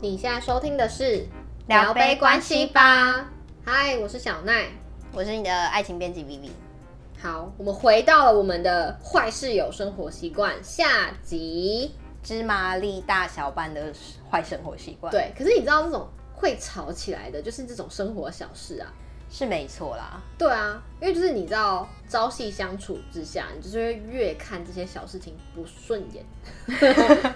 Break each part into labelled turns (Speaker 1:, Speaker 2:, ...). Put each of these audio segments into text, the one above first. Speaker 1: 你现在收听的是《
Speaker 2: 聊杯关系吧》。
Speaker 1: 嗨，我是小奈。
Speaker 2: 我是你的爱情编辑 Vivi。
Speaker 1: 好，我们回到了我们的坏室友生活习惯下集。
Speaker 2: 芝麻粒大小般的坏生活习惯，，
Speaker 1: 对，可是你知道这种会吵起来的，就是这种生活小事啊。
Speaker 2: 是没错啦。
Speaker 1: 对啊，因为就是你知道朝夕相处之下，你就是会越看这些小事情不顺 眼，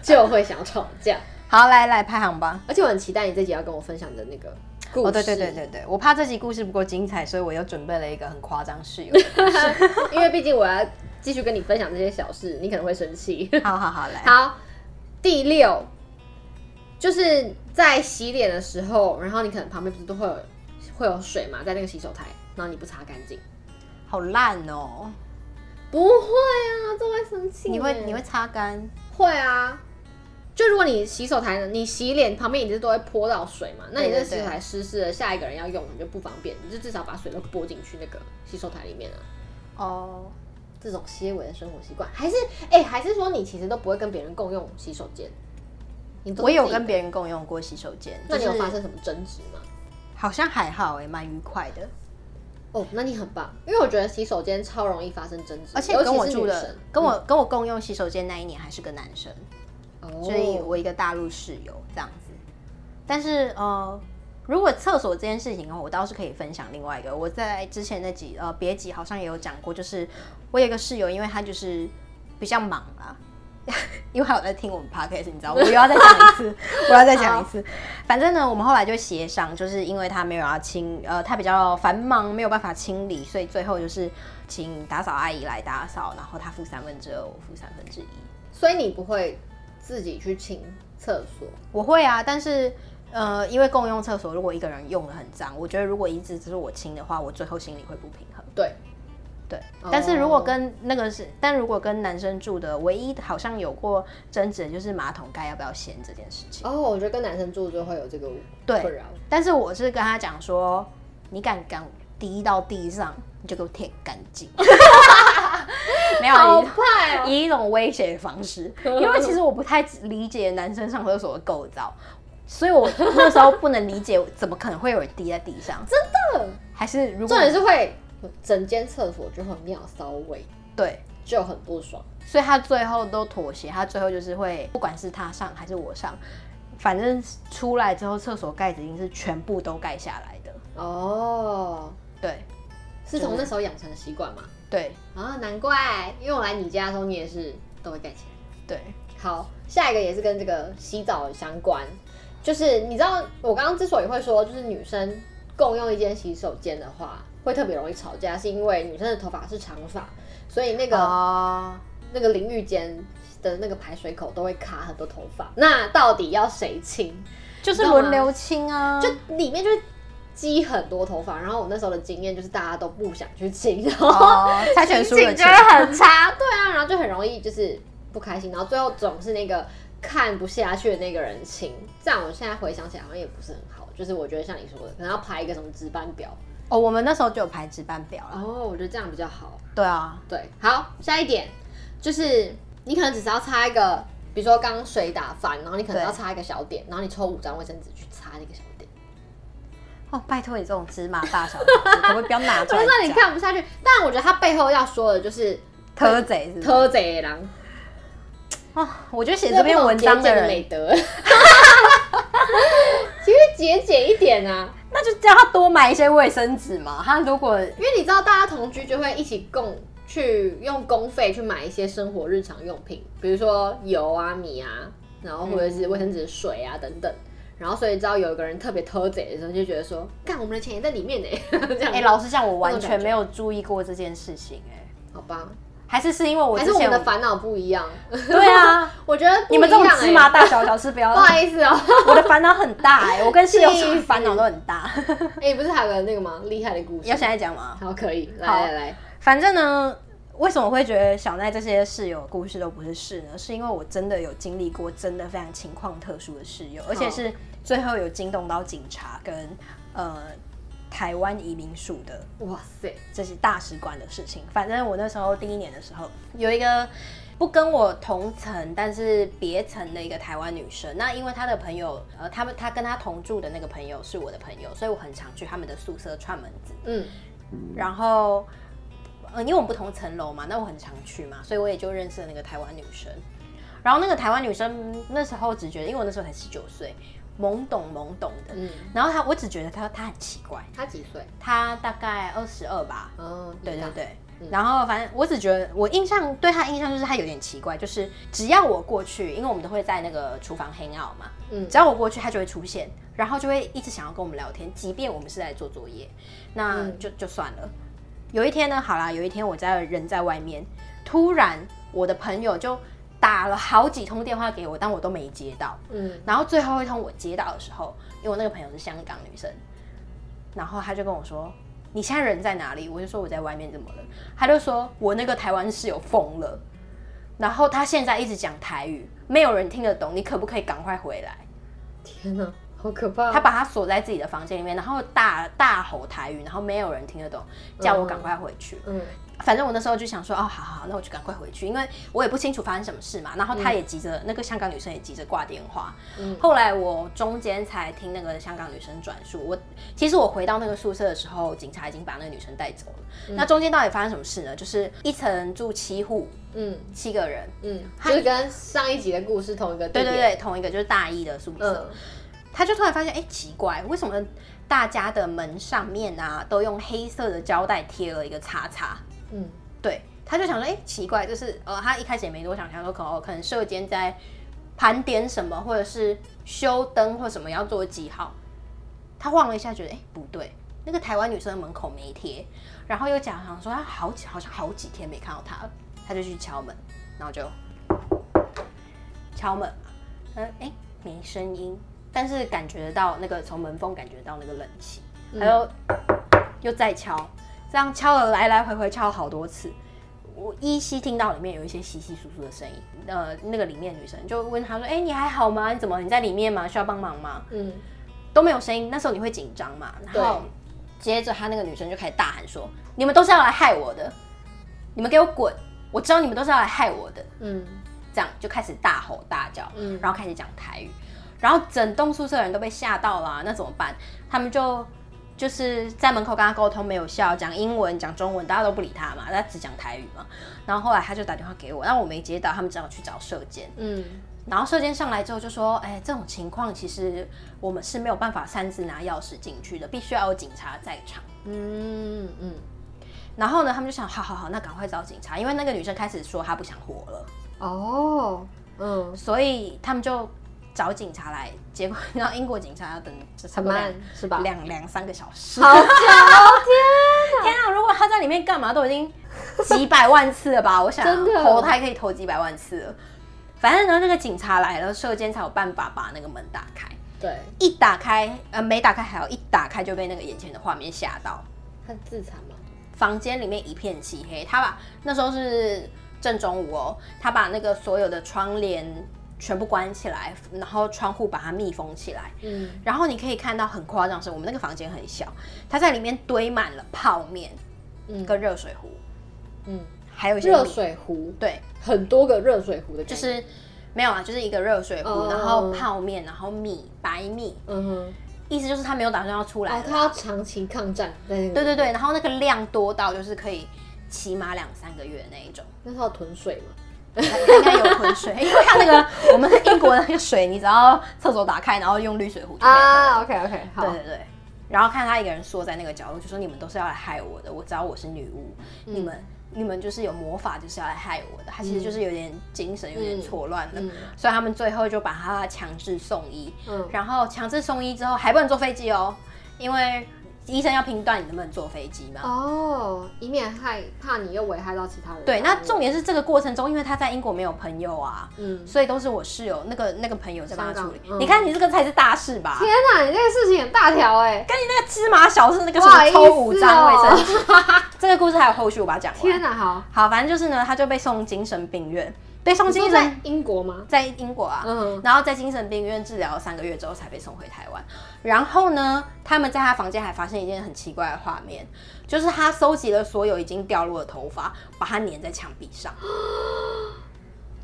Speaker 1: 就会想吵架。
Speaker 2: 好，来来排行榜。
Speaker 1: 而且我很期待你这集要跟我分享的那个故事。
Speaker 2: 哦，对对对对对，我怕这集故事不够精彩，所以我又准备了一个很夸张 室友的故事。
Speaker 1: 因为毕竟我要继续跟你分享这些小事，你可能会生气。
Speaker 2: 好好好，来，
Speaker 1: 好，第六，就是在洗脸的时候，然后你可能旁边不是都会有会有水嘛，在那个洗手台，然后你不擦干净，
Speaker 2: 好烂哦！
Speaker 1: 不会啊，这会生气耶。
Speaker 2: 你会你会擦干？
Speaker 1: 会啊？就如果你洗手台呢，你洗脸旁边一直都会泼到水嘛，那你这
Speaker 2: 对对
Speaker 1: 洗
Speaker 2: 对
Speaker 1: 手台湿湿的，下一个人要用你就不方便，你就至少把水都拨进去那个洗手台里面啊。
Speaker 2: 哦，
Speaker 1: 这种些微的生活习惯，还是哎、还是说你其实都不会跟别人共用洗手间？你都是
Speaker 2: 我有
Speaker 1: 自己
Speaker 2: 跟别人共用过洗手间，
Speaker 1: 那你有
Speaker 2: 就是
Speaker 1: 发生什么争执吗？
Speaker 2: 好像还好哎、蛮愉快的。
Speaker 1: 哦，那你很棒，因为我觉得洗手间超容易发生争执，
Speaker 2: 而且
Speaker 1: 尤其
Speaker 2: 跟我
Speaker 1: 是
Speaker 2: 住
Speaker 1: 女
Speaker 2: 的
Speaker 1: 生，
Speaker 2: 跟我跟我共用洗手间那一年还是个男生，
Speaker 1: 哦，
Speaker 2: 所以我一个大陆室友这样子。但是呃，如果厕所这件事情哦，我倒是可以分享另外一个。我在之前那集呃别集好像也有讲过，就是我有一个室友，因为他就是比较忙啦。 因为他有在听我们 podcast，你知道，我又要再讲一次，我要再讲一次。反正呢，我们后来就协商，就是因为他没有要清，呃，他比较繁忙，没有办法清理，所以最后就是请打扫阿姨来打扫，然后他付三分之二，我付三分之一。
Speaker 1: 所以你不会自己去清厕所，
Speaker 2: 我会啊，但是呃，因为共用厕所，如果一个人用的很脏，我觉得如果一直只是我清的话，我最后心里会不平衡。
Speaker 1: 对，
Speaker 2: 对
Speaker 1: 哦，
Speaker 2: 但是如果跟那个是，但如果跟男生住的，唯一好像有过争执的就是马桶盖要不要掀这件事情。
Speaker 1: 哦，我觉得跟男生住就会有这个
Speaker 2: 对
Speaker 1: 困扰，
Speaker 2: 但是我是跟他讲说，你敢敢滴到地上，你就给我舔干净。没有，
Speaker 1: 好快哦，
Speaker 2: 以一种威胁的方 式，因为其实我不太理解男生上厕所的构造，所以我那时候不能理解怎么可能会有人滴在地上，
Speaker 1: 真的，
Speaker 2: 还是如果
Speaker 1: 重点是会整间厕所就会有尿骚味，
Speaker 2: 对，
Speaker 1: 就很不爽。
Speaker 2: 所以他最后都妥协，他最后就是会不管是他上还是我上，反正出来之后厕所盖子已经是全部都盖下来的，
Speaker 1: 哦，
Speaker 2: 对
Speaker 1: 是从那时候养成的习惯吗？
Speaker 2: 对
Speaker 1: 啊，难怪，因为我来你家的时候，你也是都会盖起来。
Speaker 2: 对，
Speaker 1: 好，下一个也是跟这个洗澡相关，就是你知道我刚刚之所以会说，就是女生共用一间洗手间的话，会特别容易吵架，是因为女生的头发是长发，所以那个、
Speaker 2: 哦，
Speaker 1: 那个淋浴间的那个排水口都会卡很多头发，那到底要谁清？
Speaker 2: 就是轮流清啊，就
Speaker 1: 就里面就是积很多头发，然后我那时候的经验就是大家都不想去清，然后
Speaker 2: 哦，猜拳输了
Speaker 1: 就
Speaker 2: 钱
Speaker 1: 会。很差，对啊，然后就很容易就是不开心，然后最后总是那个看不下去的那个人亲。这样我现在回想起来好像也不是很好，就是我觉得像你说的，可能要排一个什么值班表，
Speaker 2: 哦，我们那时候就有排值班表了，
Speaker 1: 哦，我觉得这样比较好。
Speaker 2: 对啊，
Speaker 1: 对，好，下一点就是你可能只是要擦一个，比如说刚刚水打翻，然后你可能
Speaker 2: 对
Speaker 1: 要擦一个小点，然后你抽五张卫生纸去擦那个小点，
Speaker 2: 哦，拜托你这种芝麻大小的东西，可不可以不要拿出
Speaker 1: 我
Speaker 2: 来
Speaker 1: 就
Speaker 2: 讲？
Speaker 1: 让你看不下去。但我觉得他背后要说的就是
Speaker 2: 偷贼是不是？
Speaker 1: 偷贼的狼，
Speaker 2: 哦，我觉得写这篇文章
Speaker 1: 节
Speaker 2: 的
Speaker 1: 俭美
Speaker 2: 人，
Speaker 1: 德， 其实节俭一点啊，
Speaker 2: 那就叫他多买一些卫生纸嘛。他如果
Speaker 1: 因为你知道大家同居就会一起共去用公费去买一些生活日常用品，比如说油啊、米啊，然后或者
Speaker 2: 嗯
Speaker 1: 是卫生纸、水啊等等。然后所以知道有一个人特别偷贼的时候，就觉得说，干我们的钱也在里面呢， 这样
Speaker 2: 哎、
Speaker 1: 子。
Speaker 2: 老实讲，我完
Speaker 1: 那种感
Speaker 2: 全
Speaker 1: 觉
Speaker 2: 没有注意过这件事情、哎，
Speaker 1: 好吧，
Speaker 2: 还是是因为我
Speaker 1: 还是
Speaker 2: 之
Speaker 1: 我们
Speaker 2: 前
Speaker 1: 的烦恼不一样。
Speaker 2: 对啊，
Speaker 1: 我觉得不
Speaker 2: 你们这种
Speaker 1: 一样欸
Speaker 2: 芝麻，大小小事不 要
Speaker 1: 不，好意思哦、
Speaker 2: 我的烦恼很大哎、我跟室友
Speaker 1: 气死
Speaker 2: 烦恼都很大。
Speaker 1: 哎、你不是还有个那个吗？厉害的故事
Speaker 2: 要。现在讲吗？
Speaker 1: 好，可以，来
Speaker 2: 好
Speaker 1: 来来，
Speaker 2: 反正呢，为什么会觉得小奈这些室友的故事都不是事呢？是因为我真的有经历过真的非常情况特殊的室友，而且是最后有惊动到警察跟呃台湾移民署的
Speaker 1: 哇塞，
Speaker 2: 这些大使馆的事情。反正我那时候第一年的时候，有一个不跟我同层但是别层的一个台湾女生，那因为她的朋友，呃，他们她跟她同住的那个朋友是我的朋友，所以我很常去他们的宿舍串门子。
Speaker 1: 嗯，
Speaker 2: 然后，呃，因为我们不同层楼嘛，那我很常去嘛，所以我也就认识了那个台湾女生。然后那个台湾女生那时候只觉得，因为我那时候才十九岁，懵懂懵懂的。
Speaker 1: 嗯
Speaker 2: 然后她，我只觉得她她很奇怪，
Speaker 1: 他几岁？
Speaker 2: 她大概二十二吧，
Speaker 1: 嗯，
Speaker 2: 对对
Speaker 1: 大，
Speaker 2: 对。然后反正我只觉得我印象对她印象就是她有点奇怪，就是只要我过去，因为我们都会在那个厨房 hang out 嘛，
Speaker 1: 嗯
Speaker 2: 只要我过去，她就会出现，然后就会一直想要跟我们聊天，即便我们是在做作业，那
Speaker 1: 嗯
Speaker 2: 就、就算了。有一天呢，好啦，有一天我在人在外面，突然我的朋友就打了好几通电话给我，但我都没接到。
Speaker 1: 嗯，
Speaker 2: 然后最后一通我接到的时候，因为我那个朋友是香港女生，然后她就跟我说：“你现在人在哪里？”我就说我在外面，怎么了？她就说我那个台湾室友疯了，然后她现在一直讲台语，没有人听得懂，你可不可以赶快回来？
Speaker 1: 天哪，好可怕哦！
Speaker 2: 她把她锁在自己的房间里面，然后大大吼台语，然后没有人听得懂，叫我赶快回去。
Speaker 1: 嗯
Speaker 2: 反正我那时候就想说，哦，好好好，那我就赶快回去，因为我也不清楚发生什么事嘛。然后她也急着，那个香港女生也急着挂电话。
Speaker 1: 嗯
Speaker 2: 后来我中间才听那个香港女生转述，我其实我回到那个宿舍的时候，警察已经把那个女生带走了。那中间到底发生什么事呢？就是一层住七户，
Speaker 1: 嗯
Speaker 2: 七个人，
Speaker 1: 嗯，就是跟上一集的故事同一个
Speaker 2: 对
Speaker 1: 地
Speaker 2: 对
Speaker 1: 点，
Speaker 2: 对，同一个就是大一的宿舍。
Speaker 1: 嗯
Speaker 2: 他就突然发现，哎、奇怪，为什么大家的门上面啊都用黑色的胶带贴了一个叉叉？
Speaker 1: 嗯
Speaker 2: 对，他就想说，哎、奇怪，就是呃，他一开始也没多想，想说可能哦可能射监在盘点什么，或者是修灯或什么要做记号。他晃了一下，觉得哎、不对，那个台湾女生的门口没贴，然后又假想说他啊好几好像好几天没看到她了，他就去敲门，然后就敲门嘛，嗯，哎、没声音，但是感觉得到那个从门缝感觉到那个冷气，还有、又再敲，这样敲了来来回回敲了好多次。我依稀听到里面有一些稀稀疏疏的声音，呃，那个里面女生就问他说：“哎、你还好吗？你怎么你在里面吗？需要帮忙吗
Speaker 1: 嗯，？”
Speaker 2: 都没有声音，那时候你会紧张嘛？然
Speaker 1: 对
Speaker 2: 后接着他那个女生就开始大喊说：“你们都是要来害我的，你们给我滚！我知道你们都是要来害我的。”
Speaker 1: 嗯
Speaker 2: 这样就开始大吼大叫，
Speaker 1: 嗯
Speaker 2: 然后开始讲台语，然后整栋宿舍的人都被吓到了啊、那怎么办？他们就就是在门口跟他沟通没有效，讲英文、讲中文，大家都不理他嘛，他只讲台语嘛。然后后来他就打电话给我，但我没接到，他们只好去找社监。
Speaker 1: 嗯
Speaker 2: 然后射监上来之后就说：“哎，这种情况其实我们是没有办法擅自拿钥匙进去的，必须要有警察在场。”
Speaker 1: 嗯嗯，
Speaker 2: 然后呢，他们就想：“好好好，那赶快找警察，因为那个女生开始说她不想活了。”
Speaker 1: 哦，嗯，
Speaker 2: 所以他们就找警察来，结果你知道英国警察要等差
Speaker 1: 很
Speaker 2: 不多两
Speaker 1: 慢是吧？
Speaker 2: 两两三个小时。
Speaker 1: 好久，
Speaker 2: 天啊！如果他在里面干嘛，都已经几百万次 了吧？我想
Speaker 1: 真的
Speaker 2: 投胎可以投几百万次了。反正呢，那个警察来了，射监才有办法把那个门打开。
Speaker 1: 对
Speaker 2: 一打开，呃，没打开还好，一打开就被那个眼前的画面吓到。
Speaker 1: 他自残吗？
Speaker 2: 房间里面一片漆黑，他把那时候是正中午哦，他把那个所有的窗帘全部关起来，然后窗户把它密封起来。
Speaker 1: 嗯，
Speaker 2: 然后你可以看到很夸张，是我们那个房间很小，它在里面堆满了泡面，
Speaker 1: 嗯
Speaker 2: 跟热水壶，
Speaker 1: 嗯，
Speaker 2: 还有一些
Speaker 1: 热
Speaker 2: 米，
Speaker 1: 水壶，
Speaker 2: 对，
Speaker 1: 很多个热水壶的，
Speaker 2: 就，是没有啊，就是一个热水壶，
Speaker 1: 哦
Speaker 2: 然后泡面，然后米白米，
Speaker 1: 嗯哼，
Speaker 2: 意思就是他没有打算要出来
Speaker 1: 哦，
Speaker 2: 了
Speaker 1: 他要长期抗战，对
Speaker 2: 对对，对，然后那个量多到就是可以起码两三个月那一种。
Speaker 1: 那他要囤水嘛？
Speaker 2: 应该有浑水，因 为它那个我们英国的那个水，你只要厕所打开，然后用滤水壶就可以喝。
Speaker 1: 啊，OK OK，好
Speaker 2: 对，对对。然后看他一个人缩在那个角落，就说你们都是要来害我的，我知道我是女巫，
Speaker 1: 嗯
Speaker 2: 你们你们就是有魔法，就是要来害我的。他其实就是有点精神有点错乱了，
Speaker 1: 嗯
Speaker 2: 所以他们最后就把他强制送医。
Speaker 1: 嗯
Speaker 2: 然后强制送医之后还不能坐飞机哦，因为医生要评断你能不能坐飞机嘛。
Speaker 1: 哦，以免害怕你又危害到其他人。
Speaker 2: 对，那重点是这个过程中，因为他在英国没有朋友啊，
Speaker 1: 嗯，
Speaker 2: 所以都是我室友那个那个朋友在帮他处理
Speaker 1: 香。港嗯
Speaker 2: 你看你这个才是大事吧？
Speaker 1: 天哪，你这个事情很大条哎！
Speaker 2: 跟你那个芝麻小事那个
Speaker 1: 不
Speaker 2: 什
Speaker 1: 好
Speaker 2: 么
Speaker 1: 意思
Speaker 2: 抽五张
Speaker 1: 哦
Speaker 2: 卫生纸，这个故事还有后续，我把它讲
Speaker 1: 天
Speaker 2: 完。
Speaker 1: 哪，好，
Speaker 2: 好，反正就是呢，他就被送精神病院，被送
Speaker 1: 你
Speaker 2: 精
Speaker 1: 说
Speaker 2: 神
Speaker 1: 在英国吗？
Speaker 2: 在英国啊，
Speaker 1: 嗯
Speaker 2: 然后在精神病院治疗三个月之后才被送回台湾。然后呢，他们在他房间还发现一件很奇怪的画面，就是他搜集了所有已经掉落的头发，把它粘在墙壁上。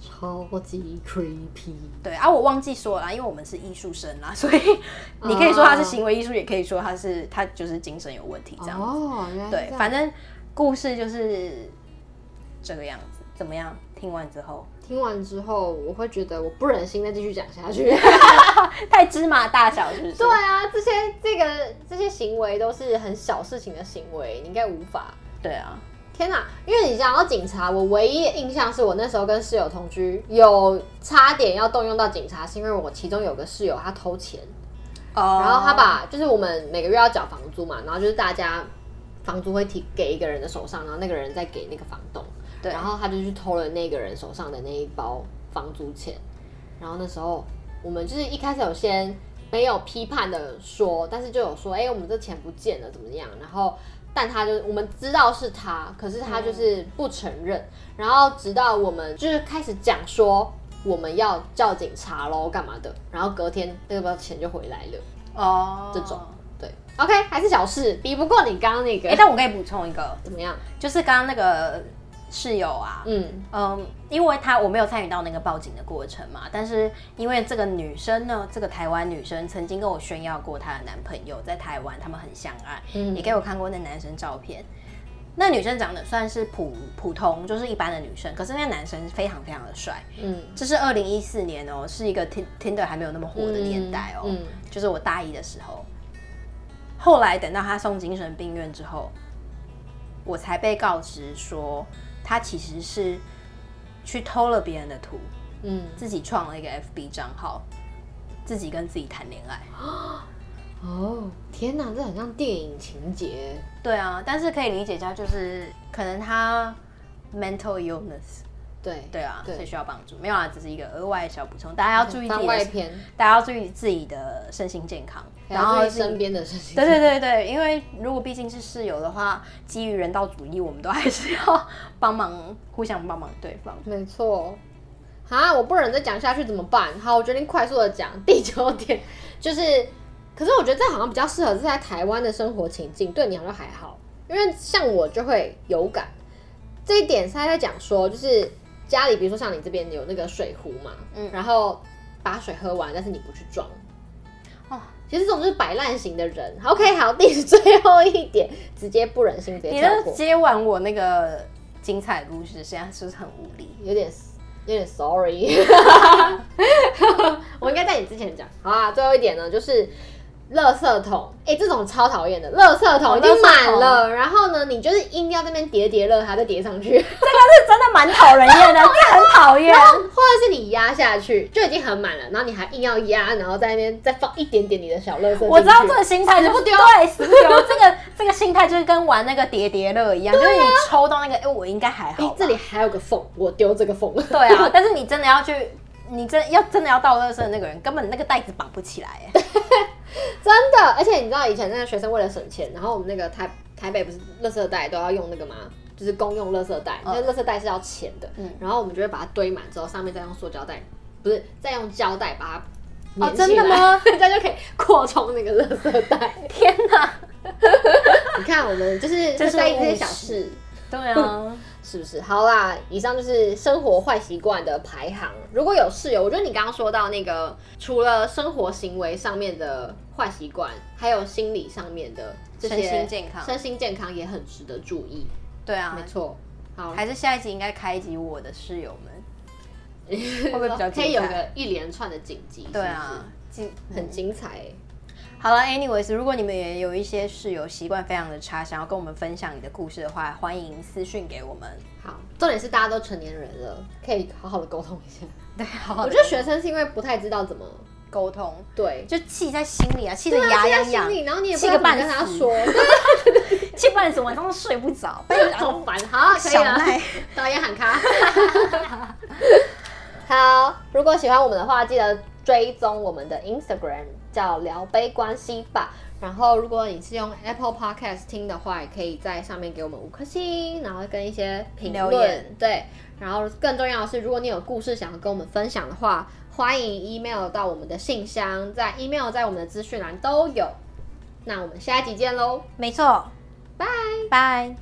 Speaker 1: 超级 creepy。
Speaker 2: 对啊，我忘记说了啦，因为我们是艺术生啦，所以
Speaker 1: 哦
Speaker 2: 你可以说他是行为艺术，也可以说他是他就是精神有问题这样。
Speaker 1: 哦，原来
Speaker 2: 对，反正故事就是这个样子。怎么样？听完之后
Speaker 1: 听完之后，我会觉得我不忍心再继续讲下去。
Speaker 2: 太芝麻大小是不是？
Speaker 1: 对啊，这些这个这些行为都是很小事情的行为，你应该无法。
Speaker 2: 对啊，
Speaker 1: 天哪！因为你讲到警察，我唯一的印象是我那时候跟室友同居，有差点要动用到警察，是因为我其中有个室友他偷钱，
Speaker 2: 哦
Speaker 1: 然后他把就是我们每个月要缴房租嘛，然后就是大家房租会提给一个人的手上，然后那个人再给那个房东，
Speaker 2: 对
Speaker 1: 然后他就去偷了那个人手上的那一包房租钱。然后那时候我们就是一开始有先没有批判的说，但是就有说，哎、我们这钱不见了，怎么样？然后但他就我们知道是他，可是他就是不承认。然后直到我们就是开始讲说我们要叫警察喽，干嘛的？然后隔天那个钱就回来了。
Speaker 2: 哦
Speaker 1: 这种对，OK，还是小事，比不过你刚刚那个、
Speaker 2: 哎、但我可以补充一个，
Speaker 1: 怎么样？
Speaker 2: 就是刚刚那个室友啊，
Speaker 1: 嗯，
Speaker 2: 嗯，因为他我没有参与到那个报警的过程嘛，但是因为这个女生呢，这个台湾女生曾经跟我炫耀过她的男朋友在台湾，他们很相爱，
Speaker 1: 嗯
Speaker 2: 也给我看过那男生照片。那女生长得算是普普通，就是一般的女生，可是那个男生非常非常的帅。
Speaker 1: 嗯，
Speaker 2: 这是二零一四年哦，是一个 Tin- Tinder 还没有那么火的年代哦，
Speaker 1: 嗯嗯
Speaker 2: 就是我大一的时候。后来等到他送精神病院之后，我才被告知说他其实是去偷了别人的图，
Speaker 1: 嗯，
Speaker 2: 自己创了一个 FB 账号，自己跟自己谈恋爱。
Speaker 1: 哦，天哪，这很像电影情节。
Speaker 2: 对啊，但是可以理解一下，就是可能他 mental illness，
Speaker 1: 对
Speaker 2: 对嗯啊，所以
Speaker 1: 对，
Speaker 2: 需要帮助。没有啊，只是一个额外的小补充，大家要注意自
Speaker 1: 番
Speaker 2: 己
Speaker 1: 外
Speaker 2: 的
Speaker 1: 篇，
Speaker 2: 大家要注意自己的身心健康，然
Speaker 1: 然
Speaker 2: 后
Speaker 1: 后
Speaker 2: 是
Speaker 1: 身边的事情。
Speaker 2: 啊对对对对，因为如果毕竟是室友的话，基于人道主义，我们都还是要帮忙，互相帮忙对方。
Speaker 1: 没错。啊，我不忍再讲下去怎么办？好，我决定快速的讲第九点，就是，可是我觉得这好像比较适合是在台湾的生活情境，对你好像还好，因为像我就会有感。这一点是他在讲说，就是家里比如说像你这边有那个水壶嘛，
Speaker 2: 嗯
Speaker 1: 然后把水喝完，但是你不去装。
Speaker 2: 哦，
Speaker 1: 其实这种就是摆烂型的人。OK，好，第最后一点，直接不忍心直接
Speaker 2: 你
Speaker 1: 跳
Speaker 2: 都
Speaker 1: 过，
Speaker 2: 接完我那个精彩的故事，现在是不是很无力？
Speaker 1: 有点有点 sorry，我应该在你之前讲。好啊，最后一点呢，就是垃圾桶，哎、这种超讨厌的，垃圾桶
Speaker 2: 哦
Speaker 1: 已经
Speaker 2: 垃圾
Speaker 1: 满
Speaker 2: 桶
Speaker 1: 了，然后呢，你就是硬要那边叠叠乐，它再叠上 去，
Speaker 2: 啊这个是真的蛮讨人厌的，这很讨厌
Speaker 1: 然。后或者是你压下去就已经很满了，然后你还硬要压，然后在那边再放一点点你的小垃圾进去。
Speaker 2: 我知道这个心态就
Speaker 1: 死不
Speaker 2: 是
Speaker 1: 丢
Speaker 2: 对，死不丢。这个这个心态就是跟玩那个叠叠乐一样，就是你抽到那个，哎、我应该还好
Speaker 1: 诶
Speaker 2: 吧。
Speaker 1: 这里还有个缝，我丢这个缝。
Speaker 2: 对 啊，但是你真的要去，你真要真的要倒垃圾的那个人，根本那个袋子绑不起来、哎
Speaker 1: 真的，而且你知道以前那个学生为了省钱，然后我们那个台台北不是垃圾袋都要用那个吗？就是公用垃圾袋，
Speaker 2: 嗯
Speaker 1: 那、垃圾袋是要钱的。
Speaker 2: 嗯
Speaker 1: 然后我们就会把它堆满之后，上面再用塑胶袋，不是再用胶带把它
Speaker 2: 哦
Speaker 1: 粘起来
Speaker 2: 真的吗？
Speaker 1: 这样就可以扩充那个垃圾 袋。
Speaker 2: 天哪！
Speaker 1: 你看，我们就是
Speaker 2: 这
Speaker 1: 会
Speaker 2: 是
Speaker 1: 在意这些
Speaker 2: 务
Speaker 1: 小
Speaker 2: 实
Speaker 1: 事，
Speaker 2: 对 啊，
Speaker 1: 是不是？好啦，以上就是生活坏习惯的排行。如果有室友，我觉得你刚刚说到那个，除了生活行为上面的坏习惯，还有心理上面的这些
Speaker 2: 身心健康
Speaker 1: 身心健康也很值得注意。
Speaker 2: 对啊
Speaker 1: 没，错，好，
Speaker 2: 还是下一集应该开一集我的室友们，会不 会比较
Speaker 1: 可以
Speaker 2: 精
Speaker 1: 有
Speaker 2: 彩？
Speaker 1: 个一连串的紧急，
Speaker 2: 对啊，精
Speaker 1: 是不是，很精彩欸、
Speaker 2: 好了，anyways，如果你们也有一些室友习惯非常的差，想要跟我们分享你的故事的话，欢迎私讯 给我们。
Speaker 1: 好，重点是大家都成年人了，可以好好的沟通一下。
Speaker 2: 对，好好
Speaker 1: 我
Speaker 2: 地
Speaker 1: 觉得学生是因为不太知道怎么
Speaker 2: 沟通，
Speaker 1: 对，
Speaker 2: 就气在心里啊，气得
Speaker 1: 对啊
Speaker 2: 牙
Speaker 1: 记在
Speaker 2: 痒
Speaker 1: 心
Speaker 2: 痒，
Speaker 1: 里，然后你也不
Speaker 2: 气
Speaker 1: 知
Speaker 2: 个
Speaker 1: 道怎么
Speaker 2: 半
Speaker 1: 跟他
Speaker 2: 死
Speaker 1: 说，， 啊
Speaker 2: 气半死，晚上都睡不 着，被
Speaker 1: 好烦，好，啊可以啊
Speaker 2: 小
Speaker 1: 了。
Speaker 2: 赖。
Speaker 1: 导演喊卡。好，如果喜欢我们的话，记得追踪我们的 Instagram，叫聊杯关系吧。然后，如果你是用 Apple Podcast 听的话，也可以在上面给我们五颗星，然后跟一些评
Speaker 2: 留
Speaker 1: 论
Speaker 2: 言。
Speaker 1: 对，然后更重要的是，如果你有故事想要跟我们分享的话，欢迎 email 到我们的信箱，在 email 在我们的资讯栏都有。那我们下一集见喽，
Speaker 2: 没错，
Speaker 1: 拜。
Speaker 2: 拜。